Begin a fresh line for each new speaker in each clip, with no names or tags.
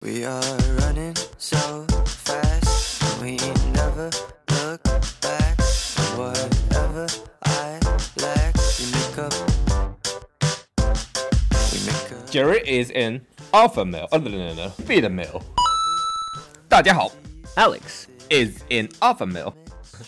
We are running so fast, we never look back. Whatever I lack, you make up. We make up.
Jerry is an alpha male, uh, no, no, no, no, beta male. 大家好，Alex is an alpha male。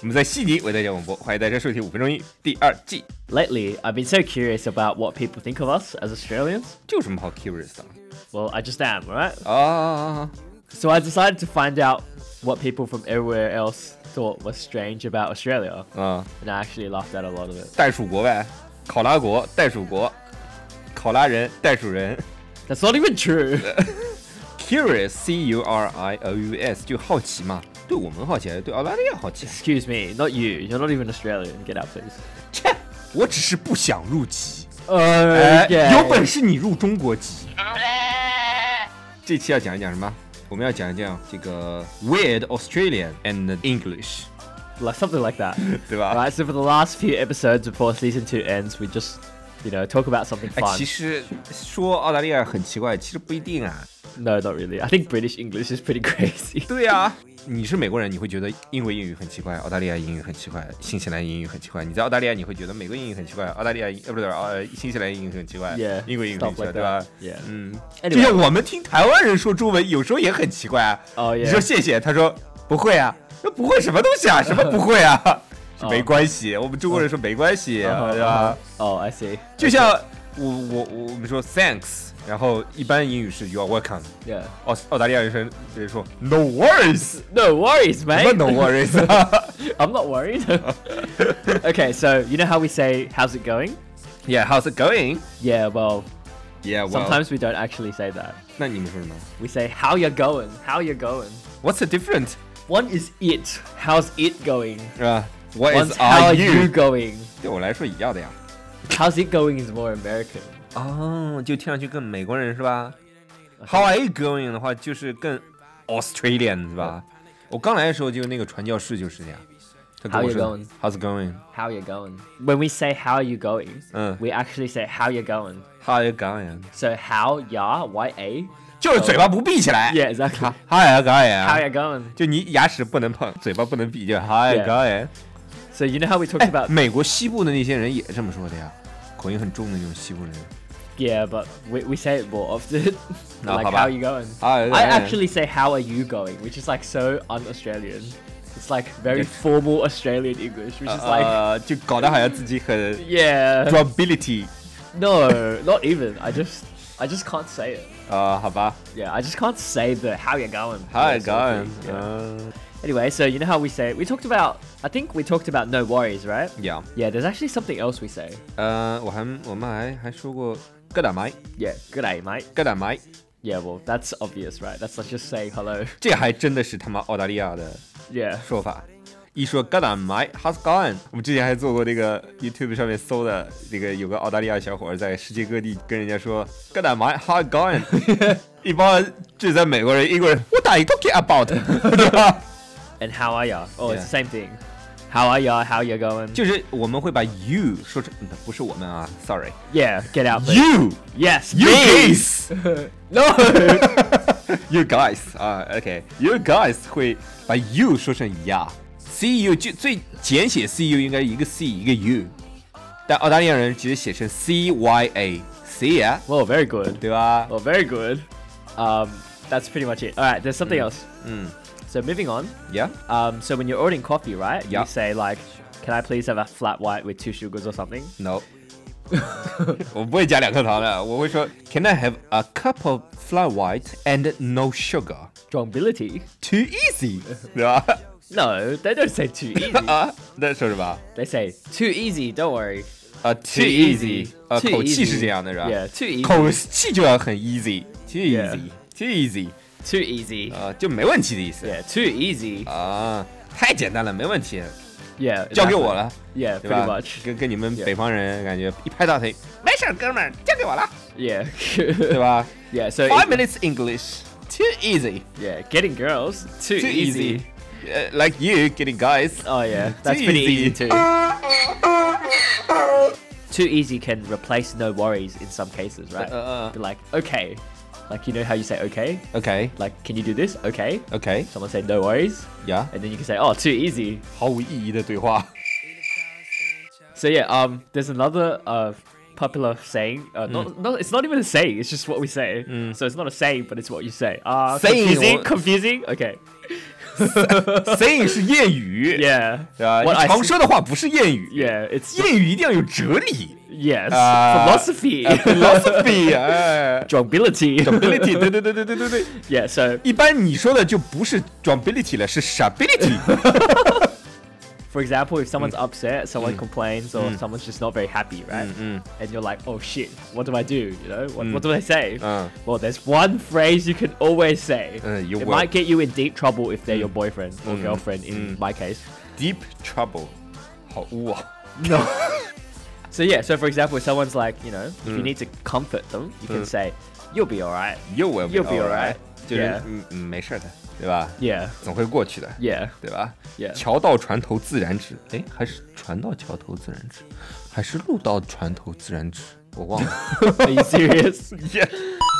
我们在悉尼为大家广播，欢迎大家收听五分钟英语第二季。
Lately, I've been so curious about what people think of us as Australians.
这有什么好 curious 的
Well, I just am, right?
啊？
So I decided to find out what people from everywhere else thought was strange about Australia,
啊，
and I actually laughed at a lot of it.
袋鼠国外，考拉国，袋鼠国，考拉人，袋鼠人。
That's not even true.
Curious, C U R I O U S，就好奇嘛。对我们好奇，还是对澳大利亚好奇。
Excuse me, not you. You're not even Australian. Get out, please.
切， 我只是不想入籍。哎
Okay.，
有本事你入中国籍。这期要讲一讲什么？我们要讲一讲这个 Weird Australian and English，
like something like that.
对吧？
right. So for the last few episodes before season two ends, we just, you know, talk about something
哎，
fun.
其实说澳大利亚很奇怪，其实不一定啊。
No, not really. I think British English is pretty crazy.
对啊，你是美国人，你会觉得英国英语很奇怪，澳大利亚英语很奇怪，新西兰英语很奇怪。你在澳大利亚，你会觉得美国英语很奇怪，澳大利亚英呃不对，呃新西兰英语很奇怪
Yeah,
英国英语很
stuff
奇怪，
like
对吧
that.？Yeah. uh, mm.
嗯，就
Anyway.
像我们听台湾人说中文，有时候也很奇怪啊。
Oh
你
yeah.
说谢谢，他说不会啊，那不会什么东西啊，什么不 会啊？说没关系，我们中国人说没关系，
Uh-huh,
对吧
uh-huh.？Oh, I see.
就像我我我我们说 thanks，然后一般英语是 you are welcome，
Yeah.
澳澳大利亚人说直接说 no worries，
No worries,
什
mate.
么 no worries 啊
I'm not worried. okay, so you know how we say "How's it going"?
？Yeah, how's it going?
Yeah, well,
Yeah, well.
sometimes we don't actually say that.
那你们说什么
We say "How you going? How you going?"
？What's the difference？
One is it. How's it going?
啊、w h a t
One's
is are
how are you?
you？
going?
对我来说一样的呀。
How's it going is more American.
哦，就听上去更美国人是吧？How
呃
are you going 的话，就是更 Australian 是吧？我刚来的时候就那个传教士就是这样，他跟
How
我
you
说
going？
How's it going？
How you going? When we say "How you going,"
Mm.
we actually say "How you going."
How you going？
So how ya y a?
就是嘴巴不闭起来。
Yeah, exactly.
How you
呃 How you
going？
going? 就
就你牙齿不能碰，嘴巴不能闭，就 How you
Yeah.
going？
So you know how we talked
哎
about
美国西部的那些人也这么说的呀，口音很重的那种西部人。
Yeah, but we, we say it more often.
No, how
like, how,
about- Oh,
are you going?
How are you
I
going?
actually say, how are you going? Which is like so un Australian. It's like very
Yes.
formal Australian English, which is like,
呃，就搞得好像自己很
yeah.
probability。
No, not even. I just. I just can't say it.
啊，好吧
Yeah, I just can't say the how you going.
，How you
Yeah, sort of
going？
thing, yeah.
嗯
Anyway, so you know how we say we talked about. I think we talked about no worries, right?
，Yeah。
Yeah, there's actually something else we say.
呃，我还我们还还说过疙瘩埋，
Yeah, good day, mate.
疙瘩埋，
Yeah, well, that's obvious, right? That's like just saying hello.
这还真的是他妈澳大利亚的
Yeah.
说法。一说疙瘩埋，How's gone？我们之前还做过那个 YouTube 上面搜的那个，有个澳大利亚小伙儿在世界各地跟人家说疙瘩埋，How gone？一 帮就在美国人、英国人，What are you talking about？对吧？
and how are ya? Oh,
Yeah.
it's the same thing. How are ya? How you going?
就是我们会把 you 说成，不是我们啊，sorry。
yeah, get out. Please.
You
yes,
you
me.
guys
No.
you guys 啊，OK you guys 会把 you 说成 ya c u 就最简写 c u 应该一个 c 一个 u，但澳大利亚人直接写成 c y a see ya
well, very good.
对吧？
Well, very good. Um, that's pretty much it. All right, there's something else.
嗯
So moving on.
yeah
Um, so when you're ordering coffee, right?
Yeah.
You say like, "Can I please have a flat white with two sugars or something?"
no 我不会加两颗糖的，我会说 Can I have a cup of flat white and no sugar?
Drongbility?
Too easy，对吧？
No, they don't say too easy.
啊，那说什么？
they say too easy. Don't worry.
啊，too easy，啊，
Too
口气
easy
是这样的，是吧
Yeah, too easy.
口气就要很 easy，too
Yeah
easy，too easy，
Too easy.
啊，就没问题的意思
Yeah, too easy.
啊，太简单了，没问题，
Yeah.
交给
exactly.
我了，
Yeah,
对
pretty
吧
much.？
跟跟你们
Yeah
北方人感觉一拍大腿，没事儿，哥们儿，交给我了，
Yeah.
对吧
yeah. So
？Five minutes English，too easy。
yeah, getting girls too,
too easy.
easy.
Uh, like you getting guys.
Oh yeah, that's pretty
easy.
easy too. too easy can replace no worries in some cases, right?
Uh, uh, uh.
Be like okay, like you know how you say okay,
Okay.
like can you do this? Okay.
Okay.
Someone say no worries,
Yeah.
and then you can say oh too easy.
毫无意义的对话。
So yeah, um, there's another uh popular saying. Uh, not, not, it's not even a saying. It's just what we say. So it's not a saying, but it's what you say. Ah,
Saying
confusing,
or-
confusing. Okay.
Saying 是谚语
Yeah.
对吧？
What
你
I
常
s-
说的话不是谚语
yeah, it's
谚语一定要有哲理
yes,
Uh,
philosophy,
呃，philosophy，哎
drongbility.
，ability，对对对对对对对。
Yeah, so
一般你说的就不是 ability 了，是 ability。
for example, if
Mm.
someone's upset, someone complains, or someone's just not very happy, right?
mm.
And you're like, oh shit, what do I do? You know, what, what do I say?
Uh.
Well, there's one phrase you can always say.
Uh, you
it
will. Mm.
might get you in deep trouble if they're your boyfriend or girlfriend, in my case.
Deep trouble，好污啊！
So, yeah, so for example, if someone's like, you know, if
Mm.
you need to comfort them, you can say, you'll be alright.
又我
You'll be alright
就是
Yeah
嗯嗯没事儿的，对吧？
Yeah,
总会过去的。
yeah.
对吧
Yeah
桥到船头自然直，哎，还是船到桥头自然直，还是路到船头自然直，我忘 了。
Are you serious?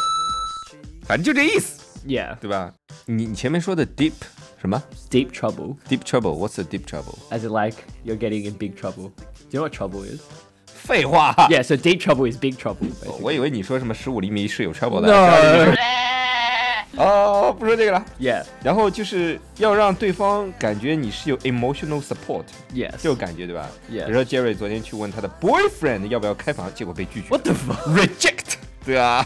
反正就这意思，
yeah.
对吧？你你前面说的 deep 什么
Deep trouble,
deep trouble？What's the deep trouble？
as in like you're getting in big trouble. Do you know what trouble is?
废话
Yeah, so deep trouble is big trouble. Basically.
我以为你说什么十五厘米是有 trouble 的。No. 哦，不说这个了。
Yeah.
然后就是要让对方感觉你是有 emotional support，
Yes.
这种感觉对吧？比
Yes
如说 Jerry 昨天去问他的 boyfriend 要不要开房，结果被拒绝。
What the fuck?
reject？对 啊。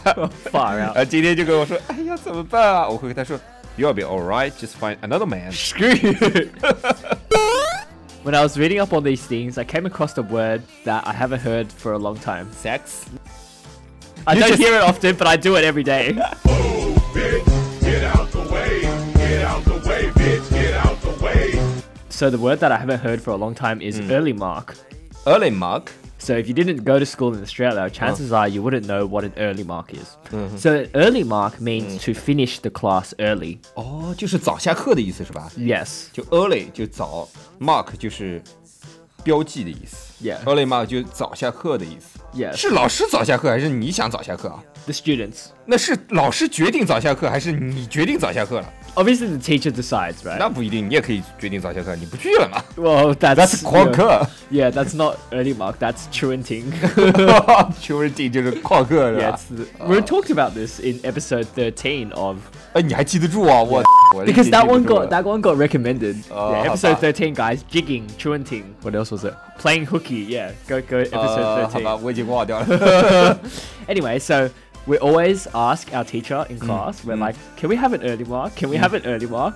Far out.
啊，今天就跟我说，哎呀，怎么办啊？我会跟他说，You'll be alright, just find another man。
Screw you. when I was reading up on these things, I came across a word that I haven't heard for a long time.
Sex？
I
You
don't
just-
hear it often, but I do it every day.
Oh, Get out the way, get out the way, bitch, get out the way.
so the word that I haven't heard for a long time is
Hmm.
early mark.
Early mark？
So if you didn't go to school in Australia, chances are you wouldn't know what an early mark is. So an early mark means to finish the class early.
哦，就是早下课的意思是吧？
Yes.
嗯就 early 就早，mark 就是标记的意思。
Yeah.
Early mark 就是早下课的意思。
Yes.
是老师早下课还是你想早下课啊？
The students.
那是老师决定早下课还是你决定早下课了？
Obviously, the teacher decides, right?
那不一定，你也可以决定早下课，你不去了 嘛？
Well, that's you
旷
know,
课，
Yeah, that's not early mark. That's truanting.
求人定就是旷课是
yeah,
吧
it's？the, we talked about this in episode thirteen of
哎，你还记得住啊？我
because that one
够
got that one got recommended.
Oh,
yeah, episode
about-
thirteen, guys, jigging, truanting. What else was it? Playing hooky. Yeah, go go episode
呃，好
thirteen.
吧，我已经忘掉了。
Anyway, so we always ask our teacher
Mm.
in class. We're like, can we have an early mark? Can we have an early mark?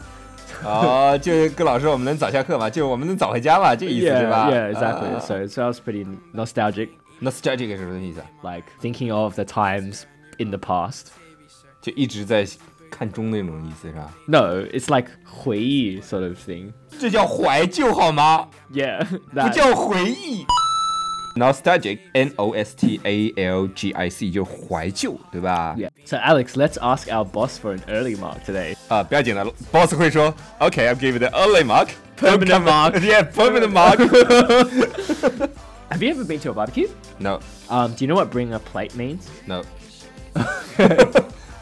啊，就是跟老师，我们能早下课吗？就是我们能早回家吗？这意思是
Yeah,
吧
yeah, exactly.
啊
So it sounds pretty nostalgic,
那 strategy 是什么意思啊？
like thinking of the times in the past.
就一直在看钟那种意思是吧？
No, it's like 回忆 sort of thing.
这叫怀旧好吗？
Yeah,
不
that,
叫回忆。Nostalgic, N O S T A L G I C，就是怀旧，对吧？
yeah. So Alex, let's ask our boss for an early mark today.
啊，不要紧的，boss 会说，OK, I'll give you the early mark,
Permanent mark.
yeah, permanent mark.
Have you ever been to a barbecue?
no,
Um, do you know what bring a plate means?
no.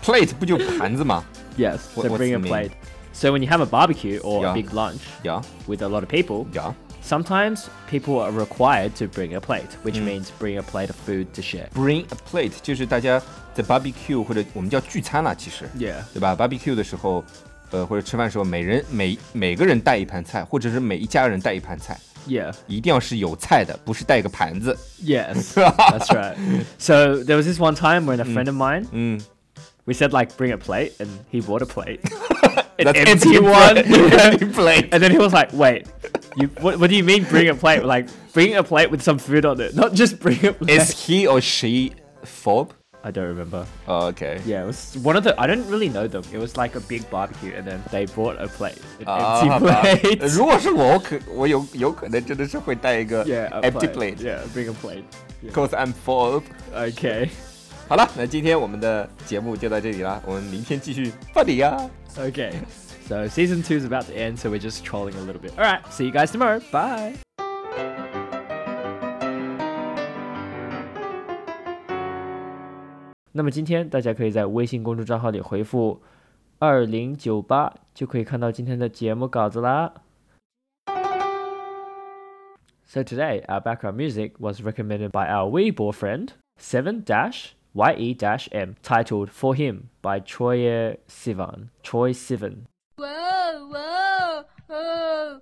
Plate 不就盘子吗？
Yes.
What-
so
what's
bring
the
a
mean?
plate. So when you have a barbecue or
Yeah.
a big lunch
呀
with a lot of people,
呀，
sometimes people are required to bring a plate, which means bring a plate of food to share.
bring a plate，就是大家在 barbecue 或者我们叫聚餐啦，其实
Yeah.
对吧？barbecue 的时候，呃，或者吃饭的时候，每人每每个人带一盘菜，或者是每一家人带一盘菜，
Yeah.
一定要是有菜的，不是带个盘子。
Yes. that's right. So there was this one time when a friend of mine,
嗯
we said like bring a plate, and he brought a plate. An
That's
empty
empty
one.
Empty plate.
And then he was like, "Wait, you what? What do you mean bring a plate? Like bring a plate with some food on it, not just bring a plate."
，Is he or she Oh, fob?
I don't remember.
o k
Yeah, it was one of the. I don't really know them. It was like a big barbecue, and then they brought a plate, an
啊，好
empty
吧
plate.
如果是我，我可我有有可能真的是会带一个
yeah, a
empty
plate.
plate，cause
Yeah, bring a plate. Yeah.
I'm fob。
Okay.
好了，那今天我们的节目就到这里了，我们明天继续放你啊，
Okay. So season two is about to end, so we're just trolling a little bit. All right. See you guys tomorrow. Bye. So today, our background music was recommended by our Weibo friend, 7 YE E M, titled For Him by Troye Sivan. Troy Sivan.
Whoa, whoa, whoa.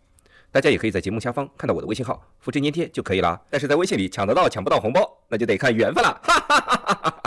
大家也可以在节目下方看到我的微信号，复制粘贴就可以了。但是在微信里抢得到抢不到红包，那就得看缘分了。哈哈哈哈哈哈。